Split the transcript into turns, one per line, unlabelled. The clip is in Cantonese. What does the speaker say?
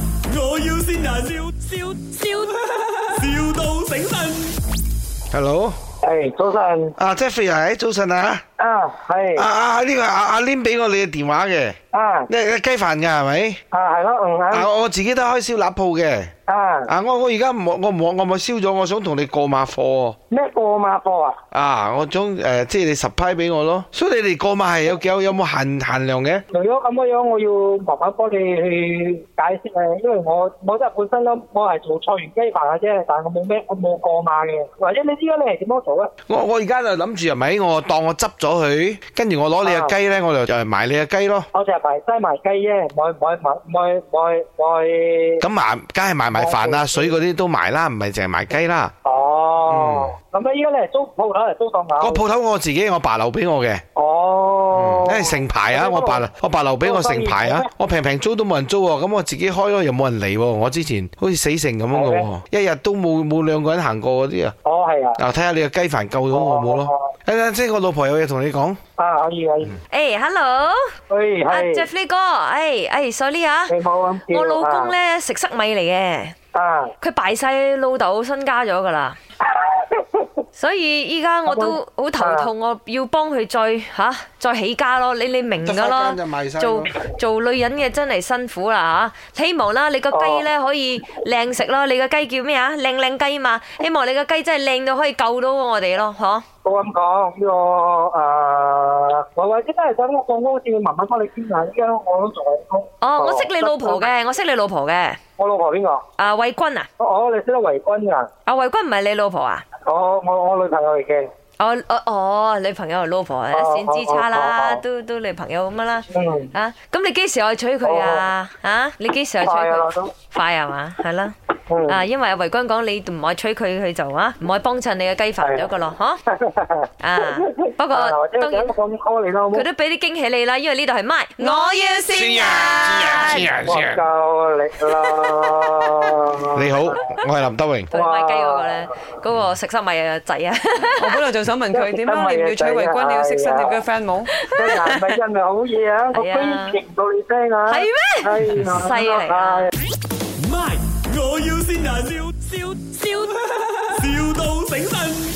要先人，笑笑笑，,笑到醒神。
Hello，
系早晨
阿 Jeffrey 啊，早晨啊，
啊，系
啊啊呢個阿阿 Lin 俾我你嘅電話嘅，
啊
你你雞飯㗎係咪？
啊系咯，嗯
啊
啊
我自己都開燒臘鋪嘅，
啊
啊我我而家唔我唔我咪燒咗，我想同你過馬貨
咩過馬貨啊？
啊，我想誒、呃即係你十批俾我咯，所以你哋過馬係有幾有有冇限限量嘅？
如果咁嘅樣，我要麻煩幫你去解釋啊，因為我我真係本身都我係做菜園雞飯嘅啫，但係我冇咩我冇過馬嘅，或者你知啦，你係點樣做啊？
我我而家就諗住係咪我當我執咗佢，跟住我攞你嘅雞咧，我就誒賣你嘅雞咯。
我就係賣西賣雞啫，唔係唔係唔係唔係唔係
咁賣梗係賣埋飯啊、水嗰啲都賣啦，唔係淨係賣雞啦。
哦，咁咧依家你係租鋪頭嚟租檔
個
口？
鋪頭我自己我爸留俾我嘅。
哦，
誒成排啊！
咁你
我
幫
白我白留俾我成排啊
幫我生意！
我平平租都冇人租喎，咁我自己開咯，又冇人嚟喎。我之前好似死城咁樣嘅
係
喎，一日都冇冇兩個人行過嗰啲啊！
哦係啊，
嗱，睇下你個雞飯救到我冇
哦
咯。誒，等即係我老婆有嘢同你講。
啊可以可以，
诶、h e l l o
誒
阿
係。
À, Jeffrey 哥，诶、哎、诶，sorry 啊，
你冇咁叫
我老公咧食塞米嚟嘅，
啊，
佢敗晒老豆身家咗噶啦，所以依家我都好頭痛，我要幫佢再吓、再起家咯，你你明噶
得
咯
翻間就賣晒，
做
咯
做女人嘅真係辛苦啦吓，希望啦你個雞咧可以靚食咯，你個雞叫咩啊？靚靚雞嘛，希望你個雞真係靚到可以救到我哋咯，嗬。
我咁講呢個 ờ, 誒，我或者真係想我放工先，慢慢幫你傾下。依家我都仲係工。
哦，我識你老婆。嘅，我識你老婆嘅，
我老婆邊個？
啊慧君啊，
哦，你識得維君㗎？
啊慧君唔係你老婆啊？
我我我女朋友嚟嘅。
哦哦哦，女朋友係老婆，一線之差啦
哦哦，哦
都都女朋友咁樣啦。
嗯。
啊，咁你幾時可以娶佢啊？啊，你幾時可以娶
快啊
佢？
都。
快係嘛？係啦。
嗯
啊，因為阿維君講你唔可以娶佢，佢就啊唔可以幫襯你嘅雞飯咗個咯，
嗯
嗬。啊，不過
啊或者
當然
等我放 call 你啦，好冇
佢？都俾啲驚喜你啦，因為呢度係咪我要先人。
我夠力啦！
你好，我係林德榮。
佢買雞嗰個咧，嗰個食塞米嘅仔啊，
我本來仲想問哎佢點解你唔要娶維君，你要識新你嘅 friend 冇？
你男仔真係好嘢啊！我居然認到你聲啊！
係咩
係啊！
犀利啊！
My，我要先人，笑笑笑，,笑到醒神。